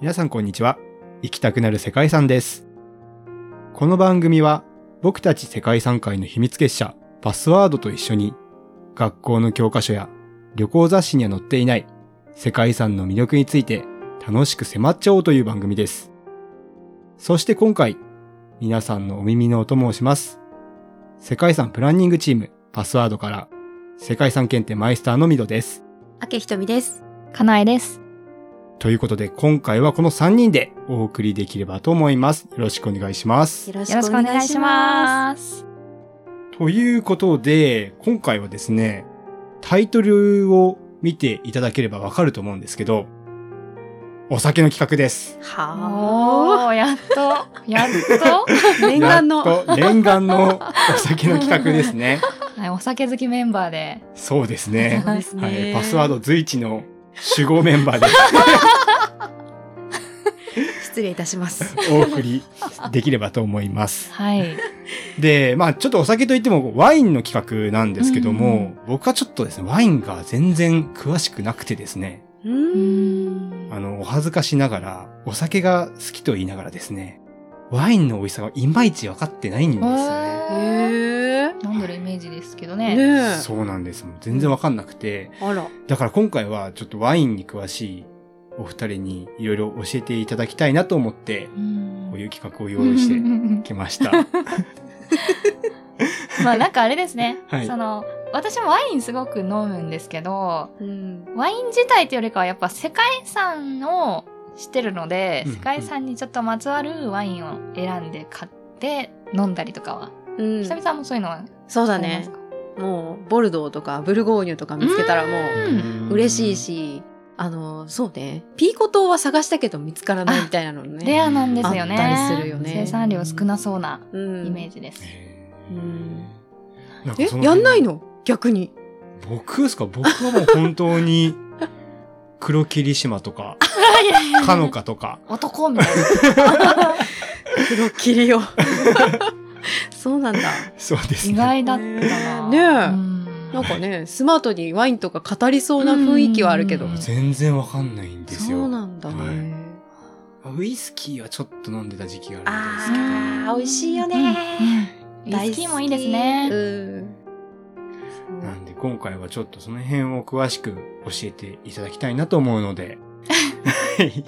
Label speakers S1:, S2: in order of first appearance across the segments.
S1: 皆さんこんにちは。行きたくなる世界遺産です。この番組は僕たち世界遺産会の秘密結社パスワードと一緒に学校の教科書や旅行雑誌には載っていない世界遺産の魅力について楽しく迫っちゃおうという番組です。そして今回皆さんのお耳のお供をします。世界遺産プランニングチームパスワードから世界遺産検定マイスターのミドです。
S2: あけひとみです。
S3: かなえです。
S1: ということで、今回はこの3人でお送りできればと思います。よろしくお願いします
S2: よ。ろし
S3: よろし
S2: く
S3: く
S2: お
S3: お
S2: 願
S3: 願
S2: い
S3: い
S2: し
S3: し
S2: ま
S3: ます。
S1: ということで、今回はですね、タイトルを見ていただければわかると思うんですけど、お酒の企画です。
S2: す。は
S3: おー、やっと、 やっと、
S2: あ。念願の。
S1: やっと念願のお酒の企画です ね。
S3: はい、お酒好きメンバーで、
S1: そうですね。
S2: そうですね
S1: はい、パスワード随一の主語メン バーで
S2: 失礼いたします。
S1: お送りできればと思います。
S3: はい、
S1: で、まあちょっとお酒といってもワインの企画なんですけども、
S3: うんうん
S1: 僕はちょっとですね、ワインが全然詳しくなくてですね、
S2: う
S3: うー
S2: ん。
S3: ん、
S1: あの、お恥ずかしながら、お酒が好きと言いながらですね、ワインの美味しさがいまいち分かってないんですよね。
S3: え
S2: え
S3: ー飲んでるイメージですけど
S2: え。
S3: ね。
S2: ねえ。
S1: そうなんです。もう全然分かんなくて、
S2: あら。
S1: だから今回はちょっとワインに詳しいお二人にいろいろ教えていただきたいなと思って、
S3: うん
S1: こういう企画を用意してきました。
S3: まあなんかあれですね、
S1: はい
S3: その私もワインすごく飲むんですけど
S2: うん。
S3: ワイン自体というよりかはやっぱ世界遺産を知ってるので、
S1: うんうん
S3: 世界遺産にちょっとまつわるワインを選んで買って飲んだりとかは、
S2: うん
S3: 久。々もそういうのは
S2: そうだ
S3: あります
S2: ね
S3: か。
S2: もう、ボルドーとかブルゴーニュとか見つけたらも
S3: ん
S2: う、 嬉しいし、あの、そうね。ピーコ島は探したけど見つからないみたいなのね。
S3: レアなんですよね。
S2: あったりするよね
S3: 生産量少なそうな
S2: う
S3: イメー
S2: ん。
S3: ジです。
S1: え
S2: うん
S1: ーなんか
S2: え
S1: そ、の辺
S2: やんないの逆に。
S1: 僕ですか僕はもう本当に、黒霧島とか、かのかとか、
S3: 男みたいな。
S2: 黒霧よ。そうなんだ。
S1: そうです
S3: 意
S1: ね。
S3: 外だった な。
S2: ねえ
S3: うん
S2: なんかね、スマートにワインとか語りそうな雰囲気はあるけど。
S3: うん
S1: 全然わかんないんですよ。
S2: そうなんだね。
S1: はいウイスキーはちょっと飲んでた時期があるんです
S2: あー美味しいよね
S3: うんうんウイスキーもいいですね。
S2: うん。
S1: けど、なんで今回はちょっとその辺を詳しく教えていただきたいなと思うので、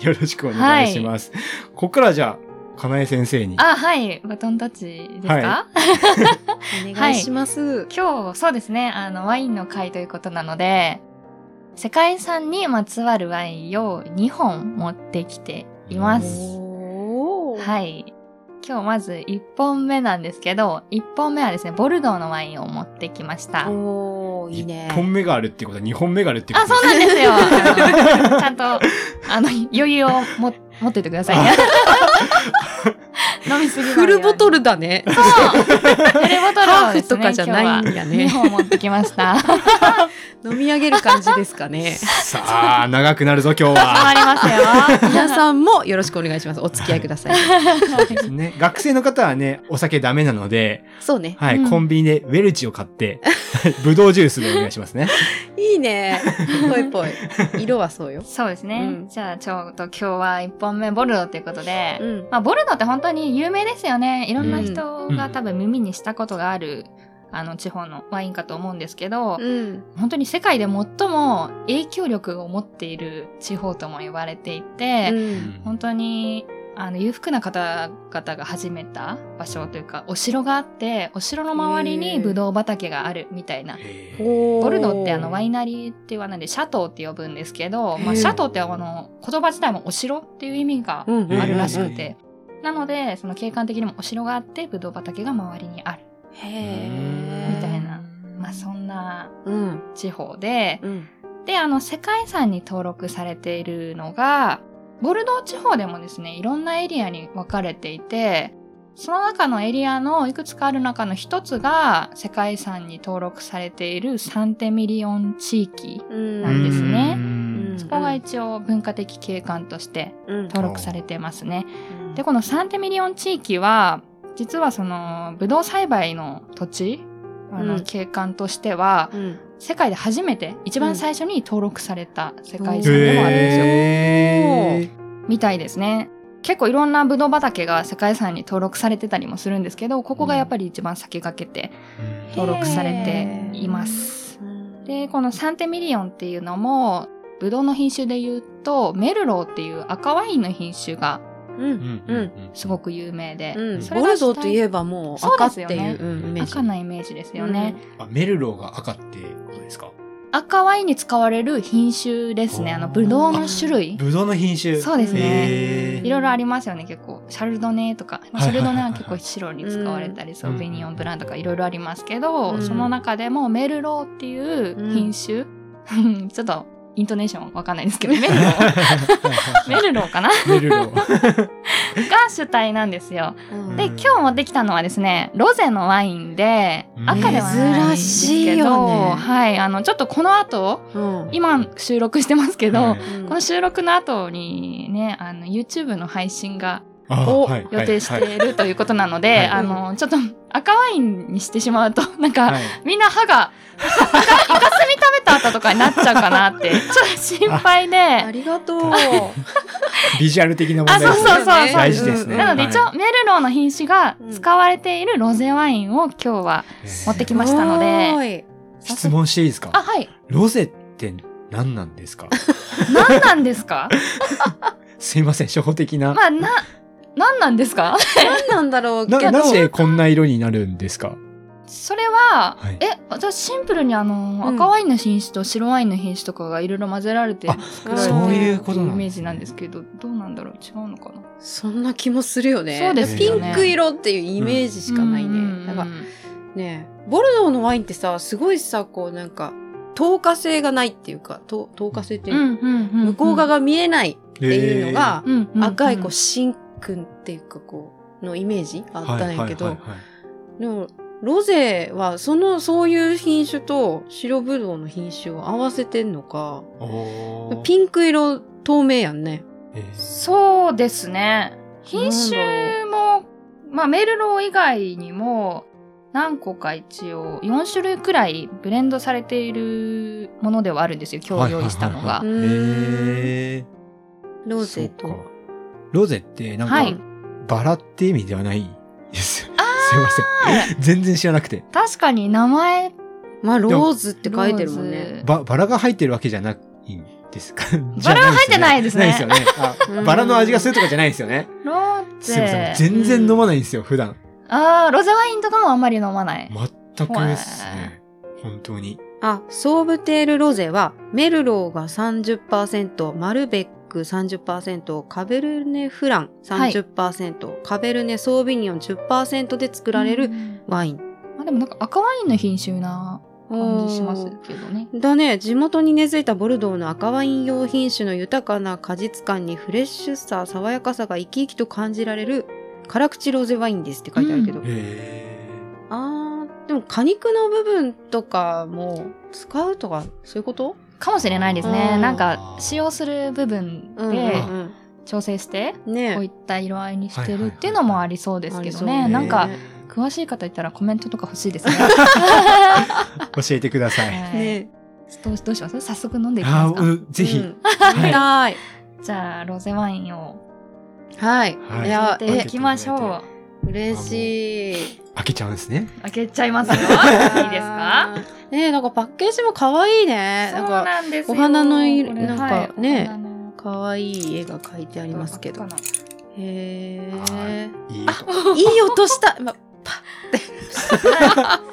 S1: よろしくお願いします。ここからじゃあ、かなえ先生に。
S3: あ、はい。バトンタッチですか、
S1: は
S2: お願いします。
S3: 今日、そうですね。あの、ワインの会ということなので、世界遺産にまつわるワインを2本持ってきています。
S2: おー
S3: はい。今日まず1本目なんですけど、1本目はですね、ボルドーのワインを持ってきました。
S2: おーいいね。
S1: 1本目があるってことは2本目があるってこと
S3: あ、そうなんですよ。 あのちゃんと、あの、余裕をも持っててくださいね。飲みすぎないよう
S2: フ
S3: に
S2: ルボトルだね。
S3: そうフルボトル
S2: ハ
S3: を
S2: ー
S3: で
S2: フ
S3: す
S2: と
S3: ね、今
S2: か
S3: 日
S2: じゃないん
S3: は
S2: や
S3: 2
S2: ね。
S3: 本持ってきました。終わ
S2: 飲み上げる感じですかね。
S1: さあ、長くなるぞ今日は。
S3: りますよ。
S2: 皆さんもよろしくお願いします。お付き合いください。
S1: ね、学生の方はね、お酒ダメなので、
S2: そうね。
S1: はい、
S3: うん
S1: コンビニでウェルチを買って、 ブドウジュースでお願いしますね。
S2: いいね。ぽいぽい。色はそうよ。
S3: そうですね。
S2: うん
S3: じゃあ、ちょうど今日は1本目、ボルドーということで、
S2: うん。
S3: まあ、ボルドーって本当に有名ですよね。いろんな人が多分耳にしたことがある、あの、地方のワインかと思うんですけど、
S2: うん。
S3: 本当に世界で最も影響力を持っている地方とも言われていて、
S2: うん
S3: 本当にあの裕福な方々が始めた場所というかお城があってお城の周り
S2: へ
S3: に
S2: ー
S3: ブドウ畑があるみたいな。
S1: へ
S2: お
S3: ボ
S2: ー
S3: ルドーってあのワイナリーって言わないでシャトーって呼ぶんですけど、ま
S2: へ
S3: あ、
S2: ー
S3: シャトーってあの言葉自体もお城っていう意味が
S2: うんうん
S3: あるらしくて、なのでその景観的にもお城があってブドウ畑が周りにある
S2: へ
S1: ー
S3: みたいな。まあそんな
S2: うん。
S3: 地方で
S2: うん。
S3: で、あの、世界遺産に登録されているのが、ボルドー地方でもですね、いろんなエリアに分かれていて、その中のエリアのいくつかある中の一つが、世界遺産に登録されているサンテミリオン地域。
S2: うん
S3: なんですね
S1: うん
S3: そこが一応文化的景観として
S2: うん。
S3: 登録されてますね。で、このサンテミリオン地域は、実はその、ブドウ栽培の土地、あ
S2: う
S3: の、
S2: ん
S3: 景観としては、
S2: うん。
S3: 世界で初めて、一番最初に登録された世界遺
S2: そ
S3: 産
S2: う
S3: でもあるんですよ。
S1: へー
S3: みたいですね結構いろんなブドウ畑が世界遺産に登録されてたりもするんですけどここがやっぱり一番先駆けて
S1: うん
S3: 登録されていますでこのサンテミリオンっていうのもブドウの品種で言うとメルローっていう赤ワインの品種が
S2: うんうんうん
S3: すごく有名で、
S2: うん、
S1: それ
S2: ボルドーとい
S3: え
S2: えばもう
S3: そう
S2: 赤
S3: で
S2: っ
S3: す
S2: て
S3: よ
S2: い
S3: ね
S2: ううんイメージ。
S3: 赤なイメージですよね、
S1: あメルローが赤ってことですか
S3: 赤ワインに使われる品種ですねあのブドウの種類
S1: ブドウの品種
S3: そうですね
S1: へー
S3: いろいろありますよね結構シャルドネとか、まあ
S1: は
S3: シ
S1: い
S3: ャ
S1: はい
S3: ル
S1: はいはい
S3: ドネは結構白に使われたりソ
S1: うん
S3: ビニオンブランドとかいろいろありますけど、
S2: うん
S3: その中でもメルローっていう品種、 ちょっとイントネーションわかんないで すけどメルローメルローかな
S1: メルロ ー
S3: が主体なんですよ
S2: うん
S1: う
S3: で
S1: ん
S3: 今日持ってきたのはですねロゼのワインで
S1: うん
S3: 赤ではないんです
S2: 珍し
S3: けど
S2: いよね
S3: はいあのちょっとこの後
S2: うん
S3: 今収録してますけど、
S2: うん
S3: この収録の後にねあの YouTube の配信が
S1: を
S3: を予定しているということなので、
S1: はい
S3: あのちょっと赤ワインにしてしまうと なんか、
S1: はい
S3: みんな歯がイカスミ食べた後とかになっちゃうかな ってちょっと心配
S2: あ
S3: で。
S2: りがとう。
S1: ビジュアル的な問
S3: あ、
S1: 題
S3: そ
S1: です
S3: うそう
S1: ね
S3: そうそう。
S1: 大事ですね
S3: なので一応、メルローの品種が使われているロゼワインを今日は 持ってきましたので。
S2: で。
S1: 質問していいですか
S3: あ、はい。
S1: ロゼって何なんですか
S3: 何なんですか
S1: すいません初歩的な、
S3: まあ、な、何なんですか
S2: 何なんだろうけ
S1: な
S2: ど。
S1: なぜこんな色になるんですか
S3: それは、
S1: はい
S3: え、じゃあシンプルにあの、
S2: うん
S3: 赤ワインの品種と白ワインの品種とかがいろいろ混ぜられて
S1: あ
S3: 作られて
S2: そういう
S1: ことなんですね
S3: イメージなんですけど、どうなんだろう違うのかな
S2: そんな気もするよね。
S3: そうです
S1: よね
S2: ピンク色っていうイメージしかないね。だ
S3: だか
S2: かららね、ボルドーのワインってさ、すごいさ、こうなんか、透過性がないっていうか、と透過性っていうの、向こう側が見えないっていうのが、赤いこう、真君っていうかこう、のイメージあったんやけど、
S1: はいはいはいはい
S2: でも、ロゼは、その、そういう品種と白ぶどうの品種を合わせてんのか、
S1: おー
S2: ピンク色透明やんね。
S1: えー
S3: そうですね品種も、まあ、メルロー以外にも何個か一応4種類くらいブレンドされているものではあるんですよ今日用意したのが
S1: はい。はいはいはいへー
S2: ロゼと
S1: そうか。ロゼって、なんか、
S3: はい
S1: バラって意味ではないです。すい ません。全然知らなくて。
S3: 確かに名前
S2: まあ、ローズって書いてるもん
S3: ロー
S2: ね。
S3: ズ
S1: ば、バラが入ってるわけじゃないんですか。じゃ
S3: バラは入ってないですね
S1: ないですよね。あ
S2: うん
S1: バラの味がするとかじゃないですよね。
S3: ロー
S1: すいません。
S3: ゼ
S1: 全然飲まないんですよ、普段。
S3: あーロゼワインとかもあんまり飲まない。
S1: 全くですね。本当に。
S2: あ、ソーブテールロゼは、メルローが30%、マルベック30%、カベルネフラン30%、カベルネソービニオン10%で作られ
S3: う
S2: る
S3: ん
S2: ワイン。
S3: まあ、でもなんか赤ワインの品種な感じしますけどね。
S2: だね地元に根付いたボルドーの赤ワイン用品種の豊かな果実感にフレッシュさ爽やかさが生き生きと感じられる辛口ロゼワインですって書いてあるけど、
S3: う
S1: へ
S2: あーでも果肉の部分とかも使うとかそういうこと
S3: かもしれないですね。
S2: うん
S3: なんか使用する部分
S2: うんうん
S3: で
S2: う
S3: 調整して、
S2: ん、
S3: こうい
S2: ね
S3: った色合いにしてるっていうのもありそうですけど
S2: はい
S3: ね。
S2: はい
S1: ー
S2: は
S3: ないん
S2: あ
S3: か
S2: りそうね
S3: 詳しい方いたらコメントとか欲しいですね。
S1: 教えてください。
S3: は
S2: え
S3: い
S2: ね
S3: どうどうします早速飲んでいき
S1: あ
S3: ます
S1: ー
S3: か。
S1: うぜひ。
S2: うん飲みたい
S3: じゃあロゼワインを
S2: はい、
S1: はい
S2: い、
S3: や
S2: や
S3: ってい
S2: え
S3: きましょ
S1: え
S3: う。
S2: 嬉しい
S1: 開けちゃうんですね。
S3: 開けちゃいますよ。いいですか
S2: あーねなんかパッケージも可愛いねな
S3: そうん
S2: か
S3: なんですよ
S2: お花の色
S3: これ
S2: なんか
S3: はい
S2: ね
S3: お花の
S2: 可愛い絵が描いてありますけど
S3: 赤かな
S2: へ
S1: は
S2: え
S1: いい音。
S2: いい音した、 ま、
S3: はい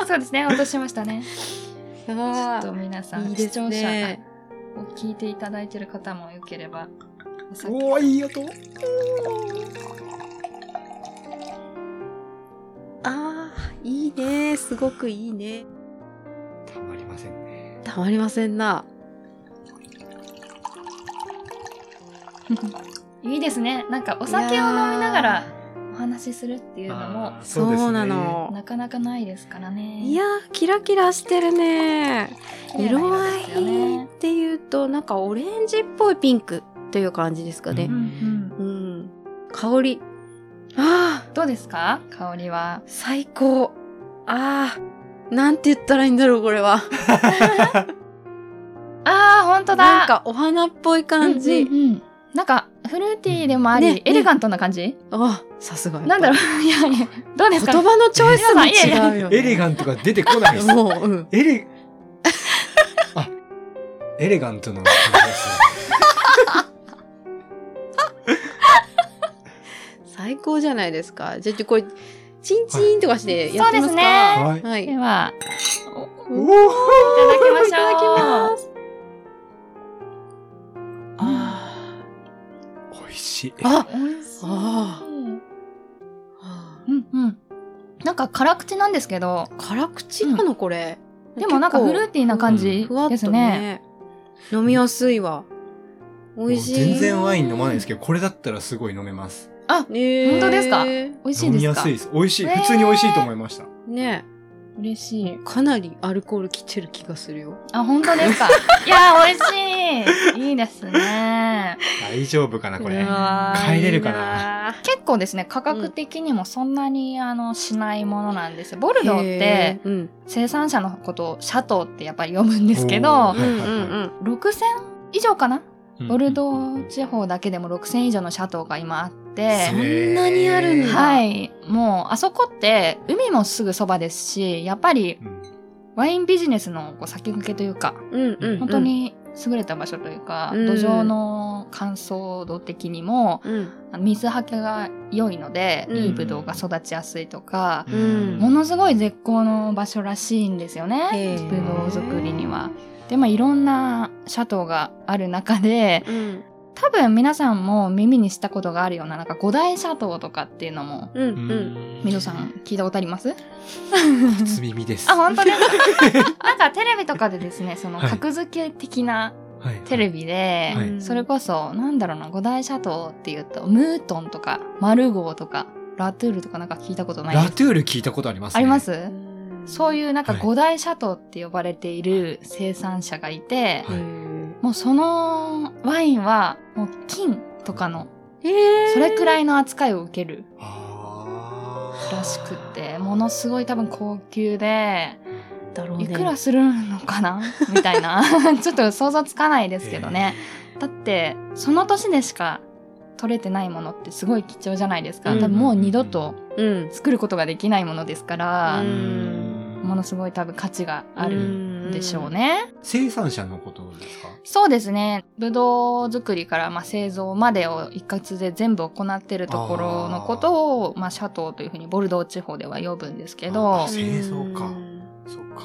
S3: そうですね、落としましたね。
S2: ち
S3: ちょ
S2: ょ
S3: っと皆さん、
S2: いい
S3: 視
S2: です
S3: 聴者
S2: ね
S3: を聞いていただいてる方もよければ、お酒
S1: おー、いい音。
S2: あーいいねすごくいいね
S1: たまりませんね。
S2: たまりませんな
S3: いいですね。なんかお酒を飲みながらお話しするっていうのも
S1: あー、
S2: そうな。の
S3: なかなかないですからね。
S2: いやーキラキラしてるね
S3: 綺麗な
S2: 色合
S3: ですよ
S2: いっ
S3: ね
S2: ていうとなんかオレンジっぽいピンクという感じですか
S1: う
S2: ね
S3: うんうん
S2: うん、香りあー
S3: どうですか香りは。
S2: 最高あーなんて言ったらいいんだろうこれは
S3: ああ、ほんとだ
S2: なんかお花っぽい感じ、
S3: うんうんうんなんかフルーティーでもあり、
S2: ねね
S3: エレガントな感じ、
S2: あ、さすが。
S3: なんだろ ういやいやどうですか
S2: 言葉のチョイスも違うよね。
S1: エレガントが出てこない です。
S2: もう、うん。
S1: エレ、あ、エレガントの感じですね。
S2: 最高じゃないですか。じゃあ、これ、チンチンとかしてやってみますか。
S3: は
S1: はい
S2: は
S3: で
S2: い。
S3: は
S1: おお
S3: いただきましょ
S2: いただ
S3: う
S2: きます。あ
S1: 美味しい。
S2: あ。
S3: 美味しい
S2: ああ。
S3: うんうんなんか辛口なんですけど
S2: 辛口なの、これ。
S3: でもなんかフルーティーな感
S2: 結
S3: じ
S2: 構ふわっ
S3: で
S2: と
S3: す
S2: ね。
S3: ね。
S2: 飲みやすいわ。美味しい。
S1: 全然ワイン飲まないんですけど、これだったらすごい飲めます。
S2: ねえ
S3: 本当ですか美味しい
S1: 飲
S3: で
S1: み
S3: す
S1: や
S3: か
S1: すいです。美味しい。
S3: ねー
S1: 普通に美味しいと思いました。
S2: ね
S3: 嬉しい
S2: え。かなりアルコールきてる気がするよ。
S3: あ本当 ですかいやー美味しいいいですね
S1: 大丈夫かな、こ
S2: う
S1: れ。
S2: わー
S1: 帰れるかない
S3: 結構ですね価格的にもそんなに、あのしないものなんですよボルドーって
S2: いなうん。
S3: 生産者のことをシャトーってやっぱり読むんですけ
S1: お
S3: ど
S1: ー
S2: うんうん
S3: 6000以上かなボルドー
S1: じ
S3: 地方だけでも6000以上のシャトーが今あっ
S2: そ
S3: て
S2: んなにあるんだ
S3: はいもうあそこって海もすぐそばですしやっぱりワインビジネスのこう先駆けというか
S2: うん。うんうん。
S3: 本当。に優れた場所というか、
S2: うん
S3: 土壌の乾燥度的にも
S2: うん。
S3: あの水はけが良いので、
S2: うん
S3: いいブドウが育ちやすいとか、
S2: うん
S3: ものすごい絶好の場所らしいんですよね
S2: へえ
S3: ブドウ作りには。でまあいろんなシャトーがある中で
S2: うん。
S3: 多分皆さんも耳にしたことがあるようななんか五大シャトーとかっていうのも
S2: うん。
S1: う
S2: う。
S1: んん
S3: みぞさん。聞いたことあります
S1: 初耳です。
S3: あ本当ですか なんかテレビとかでですねその
S1: はい
S3: 格付け的な
S1: はい
S3: テレビで、
S1: はい
S2: うん
S3: それこそ、なんだろうな、五大シャトーっていうと、ムートンとか、マルゴーとか、ラトゥールとかなんか聞いたことない
S1: ラ
S3: です。
S1: トゥール聞いたことあります、ね。
S3: あります、そう
S2: い
S3: いうなんか
S1: はい
S3: 五大シャトーって呼ばれている生産者がいて、
S1: はい
S3: もうそのワインは、もう金とかの、
S2: へえ。
S3: それくら
S2: い。
S3: いの扱いを受ける
S1: あー
S3: らしくって、ものすごい多分高級で、
S2: だろうね。
S3: いくらするのかなみたいな。 ちょっと想像つかないですけどね。。だってその年でしか取れてないものってすごい貴重じゃないですか、
S2: うん
S3: 多分もう二度と
S2: うん。
S3: 作ることができないものですか
S1: え
S3: ら
S1: ー、
S2: ん
S3: ものすごい多分価値がある
S2: る
S3: んでしょう。ね、
S1: 生産者のことですか
S3: そうですねぶどう作りからまあ製造までを一括で全部行ってるところのことをまあ、シャトーというふうにボルドー地方では呼ぶんですけど
S1: あ製造か
S2: うん
S1: そうか。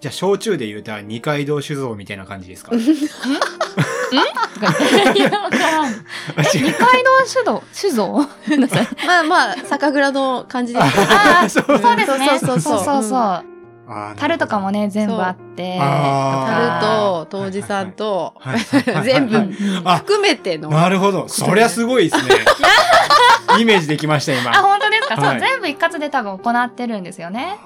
S1: じゃあ、焼酎で言うたら二階堂酒造みたいな感じですかあ違
S3: いやわからん二
S1: う。
S3: 階堂酒造 酒造ごめんなさい
S2: まあまあ、酒蔵の感じですね。
S1: あーそう
S3: そうですね
S2: そうそうそう
S3: そうそうそう
S1: あー
S3: 樽とかも。ね全部あって
S1: あ
S2: 樽と、
S3: とか
S2: 当時さんと、
S1: なるほどはい
S2: 全部
S1: はいあ
S2: 含めての。
S1: なるほど。そりゃすごい ですね。イメージできました、
S3: あ
S1: 今。
S3: 本当ですか、
S1: はい
S3: そう全部一括で多分行ってるんですよね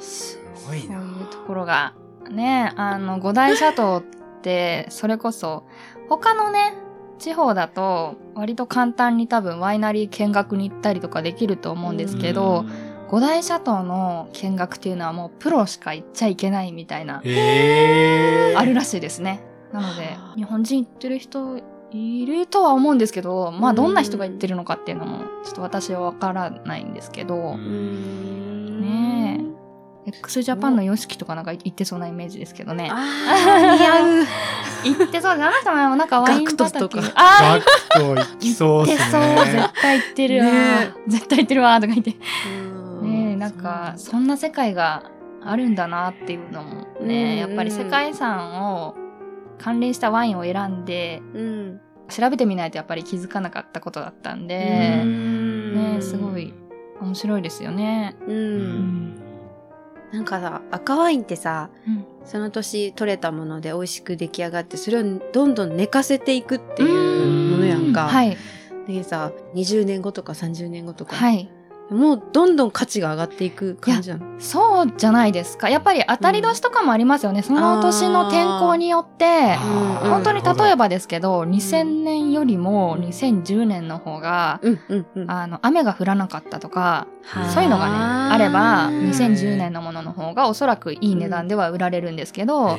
S1: すごい
S3: そう
S1: な。
S3: いうところがねあの五大シャトーってそれこそ他のね地方だと割と簡単に多分ワイナリー見学に行ったりとかできると思うんですけ
S1: う
S3: ど
S1: ん、
S3: 五大シャトーの見学っていうのはもうプロしか行っちゃいけないみたいな
S1: えー。
S3: あるらしいですね。なので、日本人行ってる人いるとは思うんですけど、まあどんな人が行ってるのかっていうのも、ちょっと私はわからないんですけ
S1: う
S3: ど、
S2: うーん
S3: ね x ジャパンの YOSHIKI とかなんか行ってそうなイメージですけどね。
S2: あー、似合う。
S3: 行ってそうです。あなたもなんかワイン
S2: ガクトと
S3: 畑
S2: か
S3: あ
S1: バ
S3: ー
S1: ッと行きそうっ
S3: 行
S1: す
S3: ってそう。
S1: ね。
S3: 絶対行ってるわ
S2: ね。
S3: 絶対行ってるわ。とか言って。ね
S2: ね
S3: え、なんか、そんな世界があるんだなっていうのも
S2: うんうん
S3: ね、やっぱり世界遺産を関連したワインを選んで、
S2: うん。
S3: 調べてみないとやっぱり気づかなかったことだったんで、
S1: ん
S3: ねすごい面白いですよね。
S2: う。
S1: うんん。
S2: なんかさ、赤ワインってさ、
S3: うん
S2: その年取れたもので美味しく出来上がって、それをどんどん寝かせていくっていうものやんか。
S3: はい。
S2: でさ、20年後とか30年後とか、
S3: はい。
S2: もうどんどん価値が上がっていく感じなの。
S3: そうじゃないですかやっぱり当たり年とかもありますよね、その年の天候によって
S1: あー
S2: うん
S3: 本当に例えばですけど
S2: ん
S3: 2000年よりも2010年の方が、
S2: うんうんうん。
S3: あの雨が降らなかったとか
S1: ー
S3: そういうのがね
S2: はー
S3: あれば
S2: うん
S3: 2010年のものの方がおそらくいい値段では売られるんですけど、
S2: うん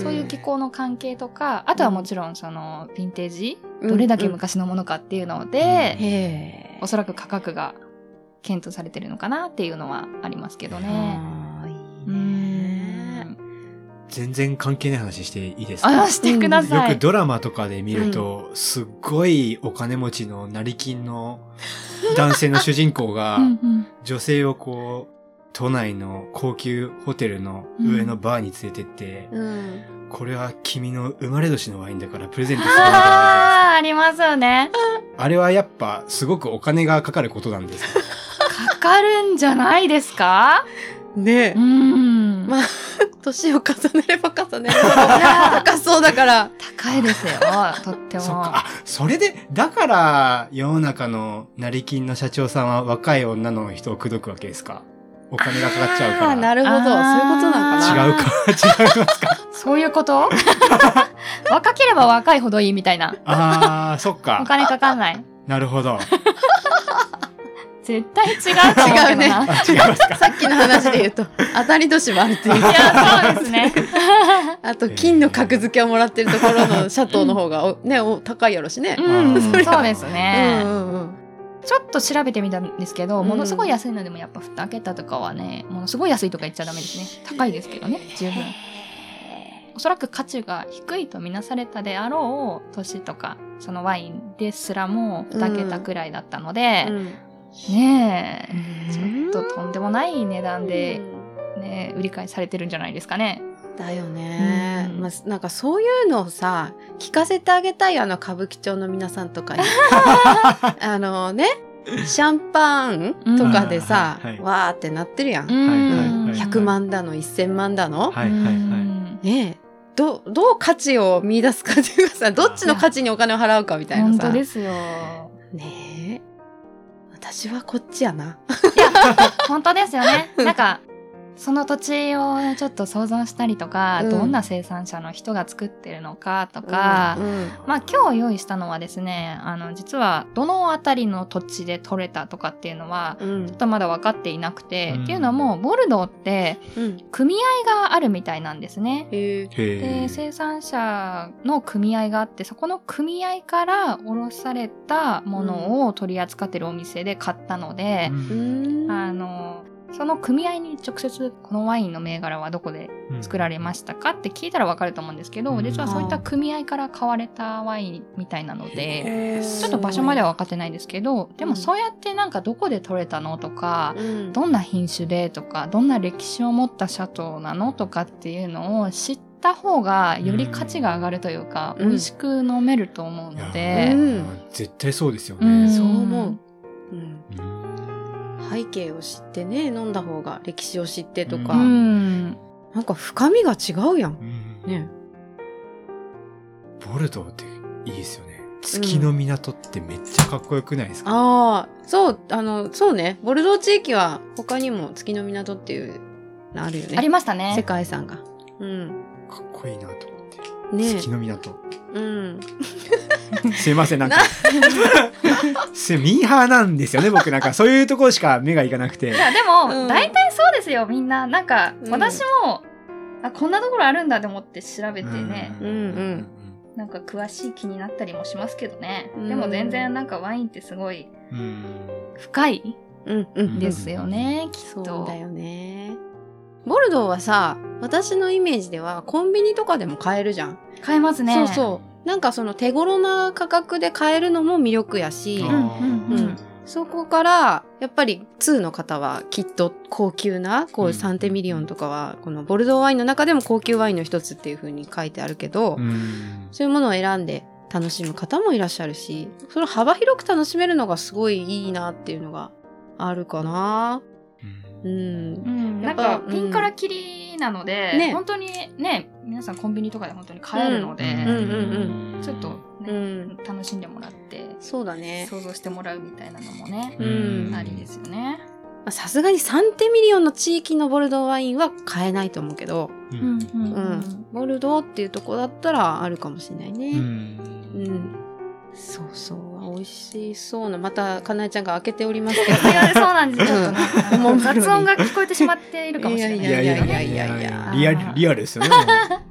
S3: そういう気候の関係とかあとはもちろんそのヴィンテージどれだけ昔のものかっていうので、
S2: うんうんへ
S3: おそらく価格が検討されてるのかなっていうのはありますけど
S2: え。
S3: ね。
S2: あー
S3: う
S2: いいね
S3: ん
S1: 全然関係ない話していいですか
S3: あしてくだ
S1: よ
S3: さい。
S1: くドラマとかで見ると、すっごいお金持ちの成金の男性の主人公が、
S3: うん うん
S1: 女性をこう、都内の高級ホテルの上のバーに連れてって、
S2: うん。
S1: これは君の生まれ年のワインだからプレゼントするみたいな
S3: あーありますよね。
S1: あれはやっぱすごくお金がかかることなんですか
S3: かかるんじゃないですか
S2: ねえ
S3: う。ん。
S2: まあ、年を重ねれば重ねるほど高そうだから。
S3: 高い ですよ、とって
S1: そっ
S3: も
S1: か。。あ、それで、だから世の中の成金の社長さんは若い女の人を口説くわけですかお金がかかっちゃうから。
S2: あーなるほど。そういうことなのかな。
S1: 違うか、 違いますか。
S3: そういうこと若ければ若いほどいいみたいな。
S1: ああ、そっ
S3: お
S1: か。
S3: 金かかんない。
S1: なるほど。
S3: 絶対違うと思うけど な。
S2: 違う
S1: あ違いますか。
S2: さっきの話で言うと、当たり年もあるっていう
S3: い。や、そうですね。
S2: あと、金の格付けをもらってるところのシャトーの方が、おね、お高いやろしね。
S3: うん、
S1: そりゃ
S3: そうです
S2: う
S3: ね。
S2: んうんうん。
S3: ちょっと調べてみたんですけど、
S2: うん
S3: ものすごい安いのでもやっぱ2桁とかはねものすごい安いとか言っちゃダメですね高いですけどね十分おそらく価値が低いとみなされたであろう年とかそのワインですらも2桁くらいだったので、ねえちょっととんでもない値段で、ねえ売り買いされてるんじゃないですかね
S2: だよね、
S3: うん
S2: まあ、なんかそういうのをさ聞かせてあげたいあの歌舞伎町の皆さんと かにあのねシャンパンとかでさ、
S1: うんはいはい
S2: わーってなってるやん、
S3: うん、
S1: はいはいはい
S2: 100万だの1000万だの、
S1: はいはいはい。
S2: ねえどどう価値を見出すかっていうかさどっちの価値にお金を払うかみたいな
S3: 本
S2: さ
S3: 当ですよ
S2: ねえ私はこっちやな
S3: 本当ですよね。なんか、その土地をちょっと想像したりとか、
S2: うん
S3: どんな生産者の人が作ってるのかとか、
S2: うん
S3: まあ今日用意したのはですね、あの、実はどのあたりの土地で取れたとかっていうのは、
S2: うんうん
S3: ちょっとまだ分かっていなくて、
S1: うん
S3: っていうのも、ボルドーって
S2: うん
S3: 組合があるみたいなんですね。
S2: へえ
S1: へ
S3: で、
S1: ー
S3: 生産者の組合があって、そこの組合から卸されたものを取り扱ってるお店で買ったので、
S2: うん
S3: あのその組合に直接このワインの銘柄はどこで作られましたかって聞いたらわかると思うんですけど、
S1: うん
S3: 実はそういった組合から買われたワインみたいなので、
S2: へー
S3: ちょっと場所までは分かってないんですけどでもそうやってなんかどこで取れたのとか、
S2: うん
S3: どんな品種でとかどんな歴史を持ったシャトーなのとかっていうのを知った方がより価値が上がるというか、
S2: うん
S3: 美味しく飲めると思う
S1: い
S3: の
S1: や
S3: で、
S1: ー絶対そうですよね。
S3: うん
S2: そう思う、うん
S1: うん
S2: 背景を知ってね飲んだ方が歴史を知ってとか、
S1: う
S3: うん
S2: なんか深みが違うやんね
S1: ボルドーっていいですよね。月の港ってめっちゃかっこよくないですか、
S2: ああそうあのそうねボルドー地域は他にも月の港っていうのあるよね
S3: ありましたね
S2: 世界遺産がうん
S1: かっこいいなと思って。
S2: ね
S1: 月の港。
S2: うん
S1: すいません、なんか。 すミーハーなんですよね、僕なんか。そういうところしか目がいかなくて
S3: い。やでも、
S2: うん
S3: 大体そうですよみんななんか、
S2: うん
S3: 私もあこんなところあるんだと思って調べてね、
S2: うんうん
S3: なんか詳しい気になったりもしますけどね、
S2: うん
S3: でも全然なんかワインってすごい
S1: うん。うん
S3: 深い
S2: うんうん
S1: で
S3: ですす
S1: よ
S3: よ
S1: ね
S3: ね、きっ
S2: そう
S3: と
S2: だよねボルドーはさ私のイメージではコンビニとかでも買えるじゃん、
S3: 買えますね
S2: そうそうなんかその手頃な価格で買えるのも魅力やし、
S1: あー
S3: うんうんうん
S2: そこから、やっぱり2の方はきっと高級な、
S1: う
S2: こ
S1: ん
S2: うサンテミリオンとかは、このボルドーワインの中でも高級ワインの一つっていう風に書いてあるけど、
S1: うん
S2: そういうものを選んで楽しむ方もいらっしゃるし、それを幅広く楽しめるのがすごいいいなっていうのがあるかな。う。
S3: うんん
S2: や
S3: な
S2: っ
S3: ん
S2: ぱ
S3: かピンからキリなので、
S2: ね
S3: 本当にね皆さんコンビニとかで本当に買えるので、
S2: うんうん
S3: ちょっとね、
S2: うん
S3: 楽しんでもらって
S2: そうだね。
S3: 想像してもらうみたいなのもね、
S2: うん
S3: ありですよね。
S2: まあさすがにサンテミリオンの地域のボルドーワインは買えないと思うけど、
S1: う
S3: うん
S1: ん
S3: うん
S2: う
S3: うんん。
S2: ボルドーっていうとこだったらあるかもしれないね。
S1: うん
S2: うん。そうそう。美味しそうな。また、かなえちゃんが開けておりますけど。
S3: いやそうなんです。ちょっとねあ
S2: う
S3: の
S2: ん
S3: 雑音が聞こえてしまっているかもしれない。
S1: いやいやいやいやいやリアルリアルですよね。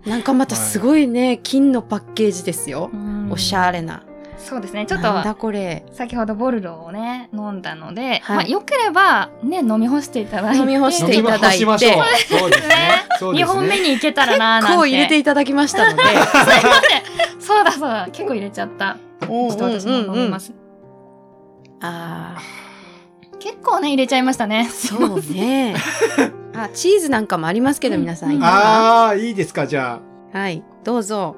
S2: なんかまたすごいね、金のパッケージですよ。
S3: うん
S2: おしゃれな。
S3: そうですね。ちょっ
S2: なん
S3: と
S2: だこれ。
S3: 先ほどボルドーをね飲んだので、
S2: はい
S3: まあよければね飲み干していただいて、
S2: 飲み干していただいて
S1: 飲み干しましょうそうですね。そうですね
S3: 二本目に行けたらなーなんて。
S2: こう入れていただきましたので。
S3: そうだそうだ。結構入れちゃった。ちょっと私も飲みます。
S2: ああ、
S3: 結構ね入れちゃいましたね。
S2: そう ね。あ、チーズなんかもありますけど、皆さん。いかが
S1: ああいいですかじゃ
S2: はい。どうぞ。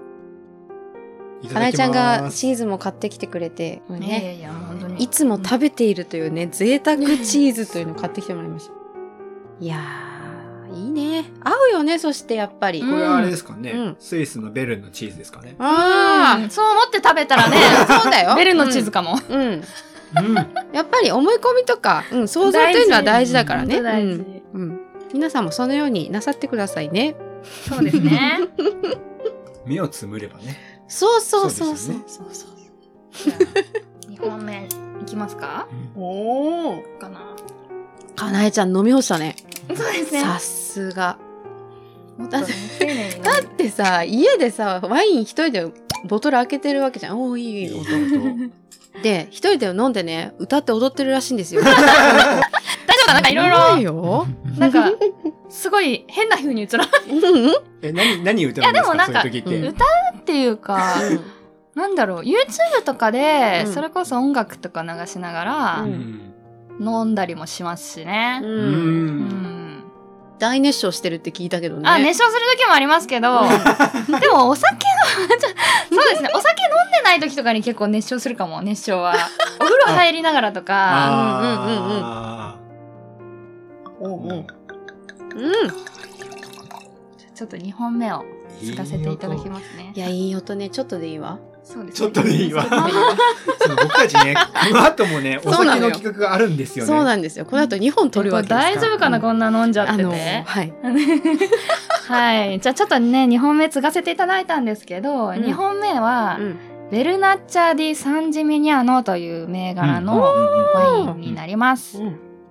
S1: あ。
S2: かなえちゃんがチー
S1: ズ。
S2: ズも買ってきてくれて、これ
S3: いやい
S2: ね。
S3: やいやもう本当に。
S2: いつも食べているというね、贅沢チーズというのを買ってきてもらいました。 いやー、いいね。合うよね、そしてやっぱり。
S1: これはあれですかね、
S2: うん
S1: スイスのベルンのチーズですかね。
S2: あ
S3: うんそう思って食べたらね。
S2: あ、そうだよ。
S3: ベルの地図かも。
S2: うん。うん。
S1: うん。
S2: やっぱり思い込みとか、うん、想像というのは大事だからね。
S3: 本当大事
S2: うん。うん皆さんもそのようになさってくださいね。
S3: そうですね。
S1: 目をつむればね。
S2: そうそうそう
S1: そ
S2: そうう
S1: で。
S2: そうそうそう
S3: じゃあ二本目いきますか？
S2: おお。
S3: かな。
S2: かなえちゃん飲み干したね。
S3: そうですね。
S2: さすが。
S3: もっとね丁寧に飲んで。
S2: だってさ、家でさ、ワイン一人でボトル開けてるわけじゃん。おお、いいいい音。で、一人で飲んでね、歌って踊ってるらしいんですよ。
S3: 大丈夫かななんかいろいろ
S2: いよ。
S3: な んかすごい変な風に映らな
S2: うんうん。
S1: え、何、何歌うんですか
S3: いやでもなんか
S1: そういう時っ
S2: う
S1: て。
S2: ん
S3: い歌うってい うかなんだろう YouTube とかで
S2: うん
S3: それこそ音楽とか流しながら
S1: うん
S3: 飲んだりもしますしね
S2: う。
S1: うん。
S3: うんん
S2: 大熱唱してるって聞いたけどね。
S3: あ熱唱する時もありますけど でもお酒のちょそうですねお酒飲んでない時とかに結構熱唱するかも熱 唱はお風呂入りながらとか
S1: あ
S2: うん
S1: ー
S2: うん。うん。
S3: ちょっと2本目をつかせていただき
S1: す。
S3: ますね
S2: いや、いい音ね。ちょっとでいいわ。
S3: そうです
S1: ちょっといい わ
S3: ちょっといいわ
S1: その僕たちね、この後もね、お
S2: そうな
S1: 酒
S2: のよ
S1: の企画があるんですよね。
S2: そうなんですよ。この後2本取るわけですから。
S3: 大丈夫かなこんな飲んじゃって
S2: あの、
S3: て
S2: はい。
S3: はい。じゃあちょっとね、2本目継がせていただいたんですけど、
S2: ん
S3: 2本目は、
S2: うん。
S3: ベルナッチャー・ディ・サンジミニアノという銘柄のワインになります。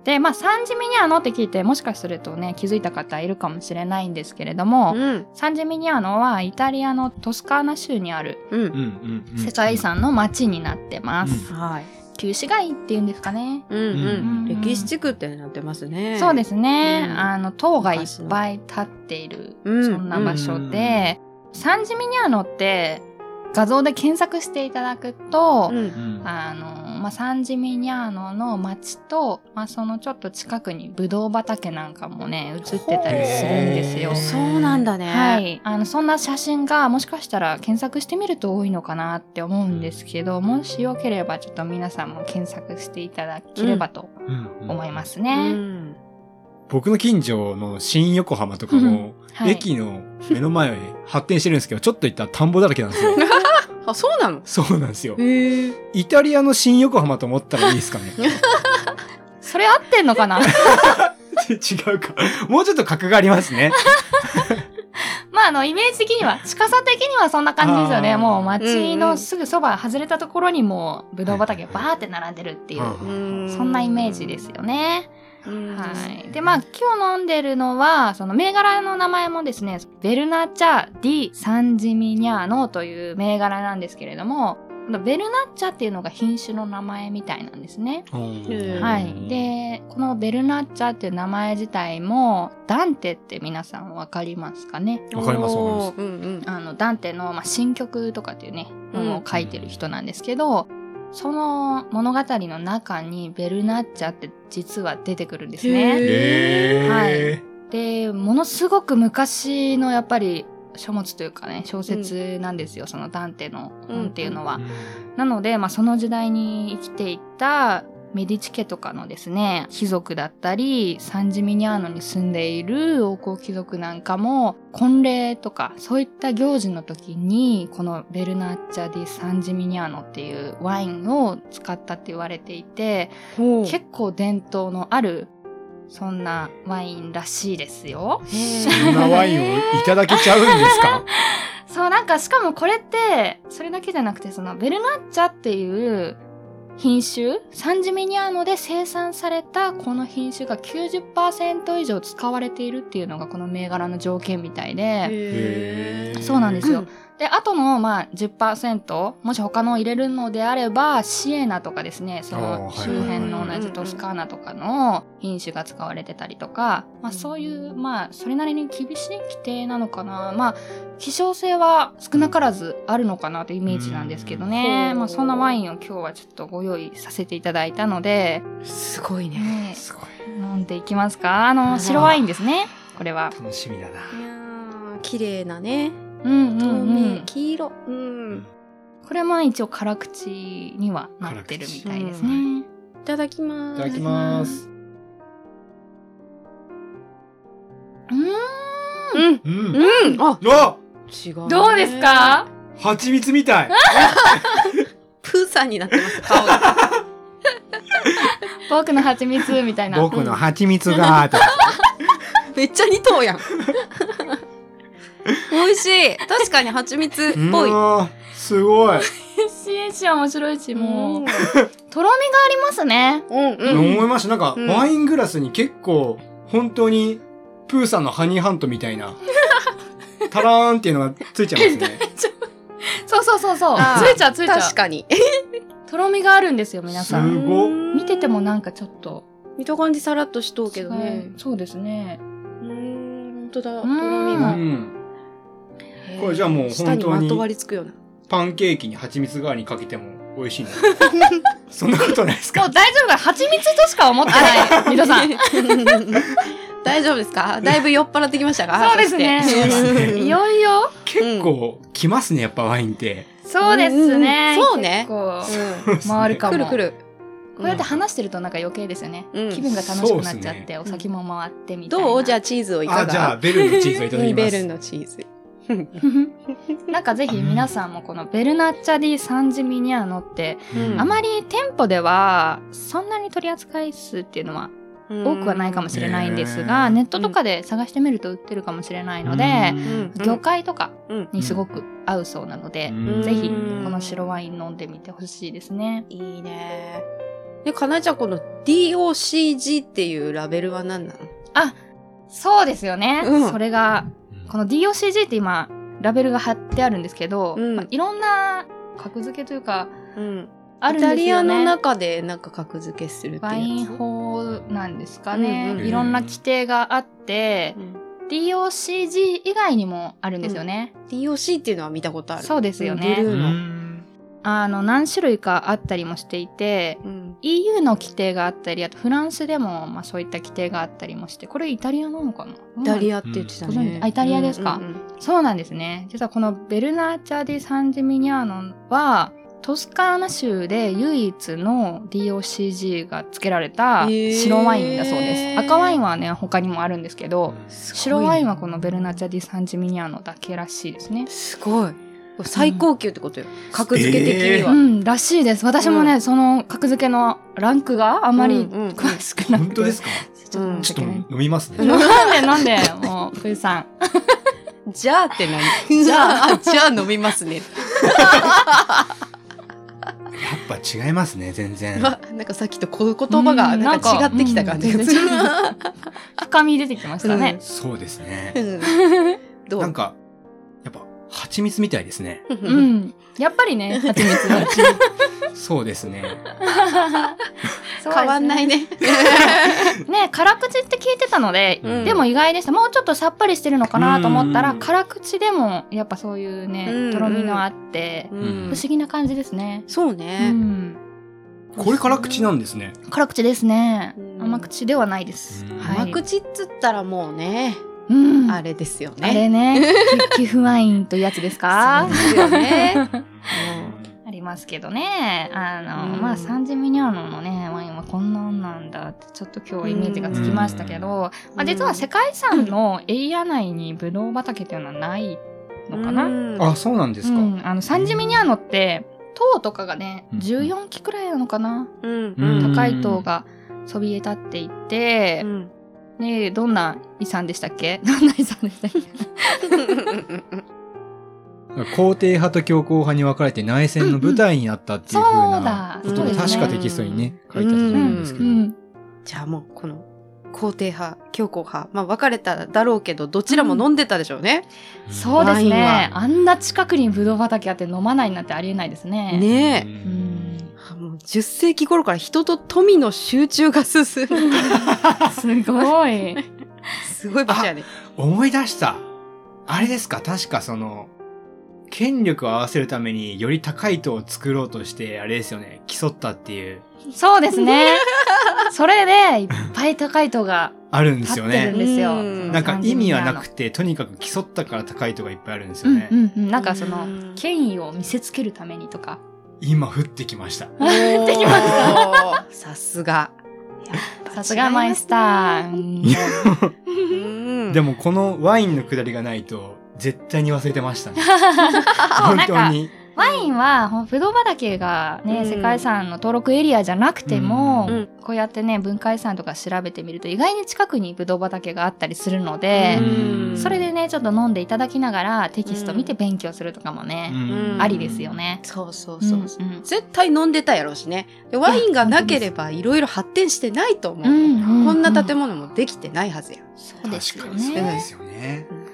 S3: で、まあ、サンジミニアノって聞いて、もしかするとね、気づいた方いるかもしれないんですけれども、
S2: うん。
S3: サンジミニアノはイタリアのトスカーナ州にある
S2: う。
S1: うんんうんうん
S3: 世界遺産の街になってます。
S1: うん
S2: はい。
S3: 旧市街っていうんですかね。
S2: うんうん。
S3: うん
S2: 歴史地区ってなってますね。。
S3: そうですすね、
S2: うん
S3: あの塔がいっぱい立っている、
S2: うん
S3: そんな場所で、サンジミニアノって画像で検索していただくと、
S2: うん。
S3: あのまあ、サンジミニアノの町と、まあ、そのちょっと近くにブドウ畑なんかもね映ってたりするんですよ
S1: へ。ー。
S2: そうなんだね。
S3: は。い、あのそんな写真がもしかしたら検索してみると多いのかなって思うんですけどもしよければちょっと皆さんも検索していただければと思いますす
S2: う
S3: ね。
S2: ん。
S1: 僕の近所の新横浜とかも、
S3: はい
S1: 駅の目の前に発展してるんですけど、ちょっと行ったら田んぼだらけなんですよ。
S2: あ、そうなの
S1: そうなんですよ。
S2: へえ。
S1: イタリアの新横浜と思ったらいいですかね。
S3: それ合ってんのかな
S1: 違うか。もうちょっと格がありますね。
S3: まああのイメージ的には近さ的にはそんな感じですよ
S1: あ
S3: ね
S1: ー
S3: もう街
S2: うんう
S3: の
S2: ん
S3: すぐそば外れたところにもうぶどう畑がバーって並んでるっていう、
S1: うん
S2: うん
S3: そんなイメージです。よね。
S2: うん
S3: はい、でまあ今日飲んでるのはその銘柄の名前もですねベルナチャ・ディ・サンジミニャーノという銘柄なんですけれどもこのベルナッチャっていうのが品種の名前みたいなんですね。
S2: うん
S3: はい、でこのベルナッチャっていう名前自体もダンテって皆さん分かりますかね
S1: わかりますわかります
S2: おーうんうん。
S3: あのダンテの、まあ、新曲とかっていうね
S2: うん
S3: ものを書いてる人なんですけど、その物語の中にベルナッチャって実は出てくるんです
S2: へ
S3: ね。
S1: えー。
S3: はいでものすごく昔のやっぱり書物というかね小説なんですよ、そのダンテの本っていうのは。なので、まあ、その時代に生きていたメディチ家とかのですね貴族だったりサンジミニャーノに住んでいる王侯貴族なんかも婚礼とかそういった行事の時にこのベルナッチャ・ディ・サンジミニャーノっていうワインを使ったって言われていて
S2: 結
S3: 結構伝統のあるそんなワインらしいですよ。
S1: そんなワインをいただけちゃうんですか
S3: そうなんかしかもこれってそれだけじゃなくてそのベルナッチャっていう品種サンジミニアーノで生産されたこの品種が90%以上使われているっていうのがこの銘柄の条件みたいで、
S1: へー
S3: そうなんですよ。
S2: うん
S3: で、あとの、まあ、10%、もし他のを入れるのであれば、シエナとかですね、そ
S1: あ
S3: の
S1: ー
S3: 周辺の同じトスカーナとかの品種が使われてたりとか、まあ、そういう、まあ、それなりに厳しい規定なのかな。まあ、希少性は少なからずあるのかなというイメージなんですけどね。
S2: うん
S3: まあ、そんなワインを今日はちょっとご用意させていただいたので、
S2: すごいね。
S3: ね
S1: すごい
S3: 飲んでいきますか。あ
S2: あ
S3: の、
S2: ー
S3: 白ワインですね。これは。
S1: 楽しみだない
S2: やー綺麗なね。
S3: うん
S2: 透
S3: うんう
S2: 明、
S3: ん。
S2: 黄色。うん。
S3: これも一応辛口にはなってるみたいです
S1: 辛口う
S2: い
S3: ね。
S2: ただきま
S1: い
S2: す。
S1: ただきます
S3: う
S2: うん。
S1: う
S2: うんん。あ、
S1: あ
S2: 違う、
S3: ん。どうですか
S1: 蜂蜜みたい
S2: プーさんになってます、顔が。
S3: 僕の蜂蜜みたいな。
S1: 僕の蜂蜜がー とか
S2: めっちゃ二 頭やん。美味しい。確かに蜂蜜っぽい。
S1: うんすごい
S3: 美味しいし、面白いし、
S2: も
S3: もう
S2: う。。
S3: とろみがありますね。
S2: うんうん。
S1: 思いましたなんか
S2: うん
S1: ワイングラスに結構本当にプーさんのハニーハントみたいなタラーンっていうのがついちゃいますね
S3: そうそうそうそう。つ
S2: あー
S3: いちゃうついちゃ
S2: 確
S3: う。
S2: かに。
S3: とろみがあるんですよ、皆さん。
S1: すごっ
S2: うん
S3: 見ててもなんかちょっと。
S2: 見た感じさらっとしとうけどね。
S3: そうですね。
S2: うん、本当だ。とろ
S3: ん
S2: み
S1: う
S2: が。
S1: んこれじゃあもう
S2: 舌
S1: 本
S2: に
S1: 当
S2: まとわ
S1: に
S2: りつく ような。
S1: パンケーキに蜂蜜代わりにかけても美味しいんだそんなことないです
S3: も
S1: か
S3: う大丈夫か蜂蜜としか思って ない。皆さん。
S2: 大丈夫ですかだいぶ酔っ払ってきましたか
S3: そうですね
S2: そして
S1: そうですね
S3: いよいよ。
S1: 結構きますねやっぱワインって
S3: そうですね。
S2: うんうんそうね
S3: 結構
S2: う
S3: 回るか
S2: ん
S3: も。
S2: くるくる。
S3: こうやって話してるとなんか余計ですよね。
S2: うん
S3: 気分が楽しくなっちゃ
S1: そう
S3: っ
S1: っす
S3: て、お酒も回ってみたいな。
S2: どうじゃあチーズをいか
S1: あじゃあ
S2: が
S1: ベルのチーズをいただきま
S2: ベル
S1: す
S2: のチーズ。
S3: なんかぜひ皆さんもこのベルナッチャ・ディ・サンジミニアーノって、
S2: うん
S3: あまり店舗ではそんなに取り扱い数っていうのは多くはないかもしれないんですが、
S1: うん
S3: ネットとかで探してみると売ってるかもしれないので、
S2: んうん
S3: 魚介とか
S2: うん
S3: にすごく合うそうなので、
S1: うん
S3: ぜひこ
S2: うん
S3: の白ワイン飲んでみてほしいですね。
S2: いいね。で、かなえちゃん、この DOCG っていうラベルは何なの
S3: そうですよね。
S2: うん
S3: それがこの DOCG って今ラベルが貼ってあるんですけど、
S2: うん
S3: まあいろんな格付けというか
S2: うん。
S3: ある
S2: イ
S3: んですよね。
S2: タリアの中でなんか格付けするって
S3: ワイ
S2: い
S3: ン
S2: うやつ。
S3: 法なんですかね、
S2: うんうん
S3: いろんな規定があって
S2: う、ん
S3: DOCG 以外にもあるんですよね、
S2: DOC っていうのは見たことある。
S3: そうですよね
S2: ブル
S1: う
S2: ーの。
S1: ん
S3: あの何種類かあったりもしていて
S2: うん
S3: EU の規定があったりあとフランスでも、まあ、そういった規定があったりもしてこれイタリアなのかな
S2: イタ
S3: ア
S2: リアって言ってた
S3: ご存
S2: ね
S3: 知。あイタリアですか
S2: うんうんうん
S3: そうなんですね実はこのベルナーチャ・ディ・サンジミニャーノはトスカーナ州で唯一の DOCG が付けられた白ワインだそうです、
S2: へー
S3: 赤ワインはね他にもあるんですけど、
S2: すごい
S3: 白ワインはこのベルナチャ・ディ・サンジミニアーノだけらしいですね。
S2: すごい。最高級ってことよ。格付け的に
S1: う
S3: う
S2: は。
S3: ん、らしいです。私もね、その格付けのランクがあまり
S2: うんうんうん
S3: 詳しくなくて。
S1: 本当ですか
S3: ちょっと申
S1: ち
S3: し
S1: ょっと
S3: 訳ない。
S1: 飲みます
S2: う
S1: ね
S2: ん
S3: なんでなんで、もう、プーさん。
S2: じゃあって 何じゃあ、あじゃあ飲みますね。
S1: やっぱ違いますね全然
S2: まなんかさっきとこう言葉が
S3: うん
S2: なんか違
S3: なんか
S2: ってきた感じがする。
S3: 深み出てきましたね。
S1: そうですね
S2: うんどう
S1: なんかやっぱ蜂蜜みたいですね
S2: う
S3: うん。
S2: ん
S3: やっぱりね、 蜂蜜。
S1: そうですね
S2: 変わんない
S3: ね。
S2: ね。
S3: ね、辛口って聞いてたので、
S1: うん
S3: でも意外でした。もうちょっとさっぱりしてるのかなと思ったら、
S1: うん
S3: 辛口でも、やっぱそういうね、
S2: うん
S3: とろみのあって、
S2: うん
S3: 不思議な感じですね。
S2: そう
S3: う
S2: ね。
S3: ん
S1: これ辛口なんですね
S3: 辛口ですね、
S2: うん
S3: 甘口ではないです、
S1: うん
S3: はい、
S2: 甘口っつったらもうね、
S3: うん
S2: あれですよ
S3: あ
S2: ね。
S3: れね 寄付ワインというやつです
S2: そ
S3: か
S2: うですよね。
S3: ありますけどねあの、
S2: うん
S3: まあサンジミニャーノのねワインはこんなんなんだってちょっと今日イメージがつきましたけど、 まあ、実は世界遺産のエリア内にブドウ畑っていうのはないのかな、
S2: うん
S1: あ、そうなんですか。
S3: うん、あのサンジミニャーノって塔とかがね
S1: うん
S3: 14基くらいなのかな、
S2: うん
S1: うん
S3: 高い塔がそびえ立っていて、
S2: うん
S3: ねえどんな遺産でしたっけ どんな遺産でしたっけ
S1: 皇帝派と教皇派に分かれて内戦の舞台になったっていうふうな
S3: うん
S1: こ
S2: う
S1: と
S2: んそうだ
S1: が確
S2: そう
S1: かテ
S2: ですね
S1: キストにね、書いてあったと思うんですけ
S3: う
S1: ど。
S3: ん、
S2: じゃあもうこの皇帝派教皇派まあ別れただろうけどどちらも飲んでたでしょうね。
S3: そうです
S2: ワイン
S3: ね
S2: は
S3: あんな近くにブドウ畑あって飲まないなんてありえないですね
S2: ねえ。
S3: うん
S2: あもう10世紀頃から人と富の集中が進む。
S3: すごい
S2: すごい場所やね。
S1: 思い出した。あれですか確かその、権力を合わせるためにより高い塔を作ろうとして、あれですよね、競ったっていう、
S3: そうですねそれでいっぱい高い塔が
S1: あるんです
S3: 立
S1: よ
S3: ってるん
S1: ね。
S3: ですよ
S2: うん
S1: なんか意味はなくて、とにかく競ったから高い塔がいっぱいあるんです
S3: う
S1: よ
S3: ん
S1: ね。
S3: うんうんなんかそうの
S2: ん
S3: 権威を見せつけるためにとか
S1: 今降ってきました。
S2: できました。さすが。
S3: さすがマイスターうん
S2: ー
S1: で
S2: も、
S1: もこのワインのくだりがないと、絶対に忘れてま したね。
S3: そう
S1: 本
S3: なん
S1: 当
S3: か
S1: に。
S3: ワインはほんブドウ畑が
S2: う
S3: ね、
S2: ん
S3: 世界遺産の登録エリアじゃなくても、
S1: うん
S2: うん
S3: こうやってね文化遺産とか調べてみると意外に近くにブドウ畑があったりするので、
S1: うん
S3: それでねちょっと飲んでいただきながらテキスト見て
S2: う
S3: 勉強するとかもね、
S2: うん
S3: ありですよ。ね。
S2: そうそうそうそう。
S3: うんうん
S2: 絶対飲んでたやろうしね。でワインがなければいろいろ発展してないと思う。こんな建物もできてないはずや。
S3: そうです
S1: 確
S3: よ
S1: かにそう
S3: ね。
S1: ですよね。
S3: うん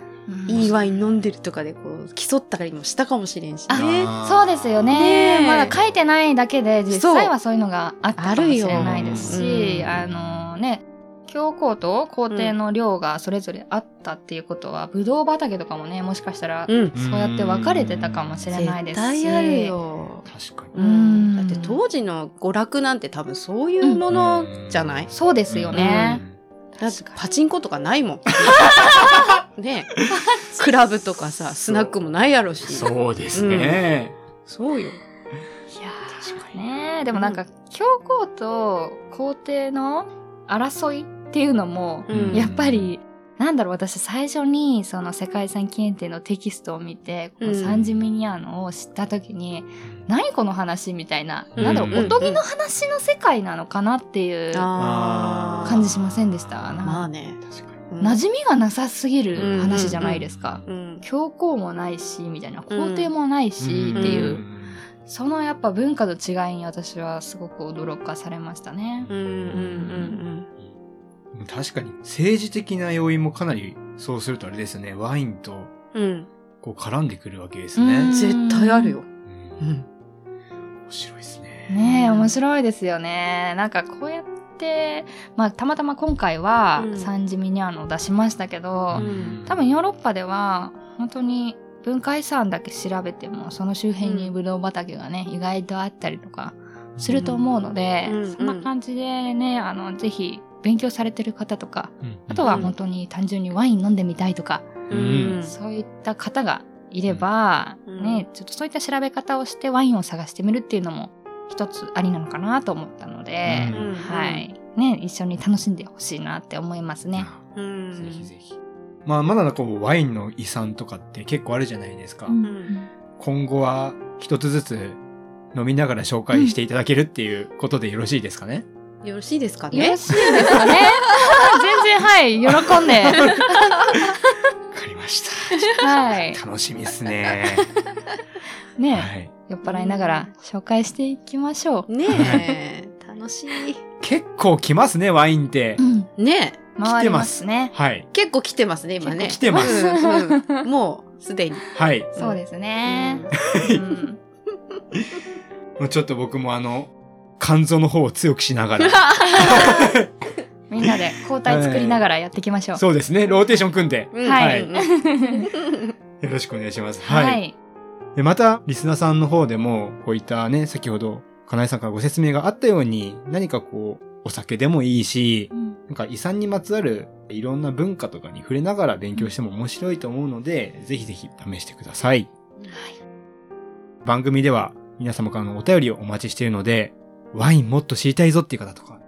S2: いいワイン飲んでるとかでこう競ったりもしたかもしれんしね。
S1: あー
S3: そうですよ
S2: ね
S3: ね
S2: え
S3: まだ書いてないだけで実際はそういうのがあったかもしれないです
S2: ある
S3: し、
S1: よ
S3: あのね教皇と皇帝の領がそれぞれあったっていうことは、ブドウ畑とかもねもしかしたら
S2: うん。
S3: そうやって分かれてたかもしれないで
S2: 絶
S3: すし
S2: 対あるよ。
S1: 確かに。
S3: うん
S2: だって当時の娯楽なんて多分そういうものじゃない、
S3: そうですよね、
S2: だってパチンコとかないも ん。ねえクラブとかさ、スナックもないやろし。そう
S1: そうですね。
S2: よ。
S3: いやーねえでもなんか教皇と皇帝の争いっていうのも
S2: う
S1: うん
S2: ん。
S3: やっぱり、なんだろう、私最初に、その世界遺産検定のテキストを見て、こ
S2: う
S3: の
S2: ん
S3: サンジミニアーノを知った時に、何この話みたいな、
S1: うん
S3: なんだろ
S1: うん
S3: う、おとぎの話の世界なのかなっていう、馴
S2: あー
S3: 感じしませんでしたなんか
S2: まあね。
S1: 確かに。
S2: うん
S3: 染みがなさすぎる話じゃないですか。
S2: うん。
S3: 教皇もないし、みたいな、皇帝もないし、っていう、
S2: うん
S3: そのやっぱ文化の違いに私はすごく驚かされましたね。
S2: うんうんうん
S1: うん。確かに、政治的な要因もかなり、そうするとあれですよね。ワインと、
S2: うん。うん。
S1: こう絡んでくるわけです
S3: うん
S1: ね。
S2: 絶対あるよ。
S1: う
S2: うんん。
S1: 面白いですね。
S3: ねえ、
S2: うん
S3: 面白いですよね。なんかこうやって、まあたまたま今回は
S2: うん
S3: サンジミニャーノを出しましたけど、
S1: うん
S3: 多分ヨーロッパでは本当に文化遺産だけ調べてもその周辺にブドウ畑がね、意外とあったりとかすると思うので、
S2: うんうん
S3: そんな感じでね、あの、ぜひ勉強されてる方とか、
S1: うん
S3: あとは本当に単純にワイン飲んでみたいとか、
S1: うん
S3: そういった方がいれば、
S2: うん
S3: ね、ちょっとそういった調べ方をしてワインを探してみるっていうのも一つありなのかなと思ったので、
S1: うん
S3: は。い。ね、一緒に楽しんでほしいなって思いますね。
S2: う。
S1: うんんぜひぜひ。まあ、まだこう、ワインの遺産とかって結構あるじゃないですか。
S3: うん
S2: うん
S1: 今後は一つずつ飲みながら紹介していただけるっていうことでよろしいですかね。
S2: よろしいですか
S3: よろ
S2: ね。
S3: しいですかね 全然はい、喜ん で。
S1: わ、かりまし
S3: は い。
S1: た。楽しみですね。
S3: ね、
S1: はい。
S3: 酔っ払いながら紹介していきましょ
S2: ねえ。楽しい。
S1: 結構来ますね、ワインって
S3: う。う。ん。
S2: ねえ。
S3: 回りますね。
S1: はい。
S2: 結構来てますね、今ね。
S1: 結構来てます
S2: うんうんもう、すでに。
S1: はい。
S3: そうですね。うん
S1: もうちょっと僕もあの、肝臓の方を強くしなが ら。
S3: みんなで交代作りながらやっていきましょう。
S1: そうですね、ローテーション組んで。
S2: うん
S3: はい
S2: うんうん
S1: よろしくお願いします。はい。
S3: はい。
S1: でまた、リスナーさんの方でも、こういったね、先ほど、かなえさんからご説明があったように、何かこう、お酒でもいいし、なんか遺産にまつわるいろんな文化とかに触れながら勉強しても面白いと思うので、ぜひぜひ試してください。番組では皆様からのお便りをお待ちしているので、ワインもっと知りたいぞっていう方とか、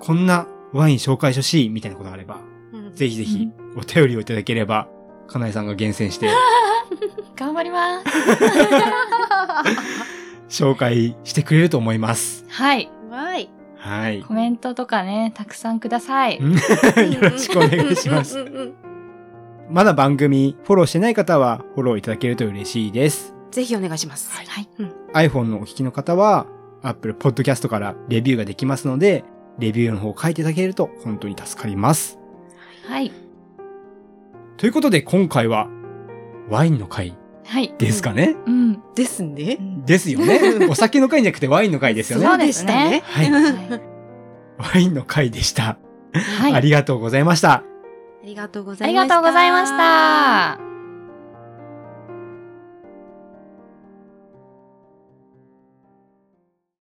S1: こんなワイン紹介してほしいみたいなことがあれば、
S2: うん
S1: ぜひぜひお便りをいただければ、かなえさんが厳選して
S3: 頑張ります。
S1: 紹介してくれると思います。
S3: はい。
S2: はい。
S1: はい。よ
S3: コメントとかね、たくさんください。
S1: んろしくお願いします。
S2: うんうんうんうん
S1: まだ番組フォローしてない方はフォローいただけると嬉しいです。
S2: ぜひお願いします。
S3: はい。
S1: iPhone のお聞きの方は Apple Podcast からレビューができますので、レビューの方を書いていただけると本当に助かります。
S3: はい。
S1: ということで今回はワインの回
S3: はい。
S1: ですかね、
S3: うん。
S2: ですね。
S1: ですよ ね。お酒の回じゃなくてワインの回ですよね。
S3: そ
S1: は
S3: うですね
S1: い。ワインの回でした。
S3: は い。
S1: ありがとうございました。
S2: ありがとうござ
S3: あり
S2: いまし
S3: が
S2: た。
S3: とうございまし。た。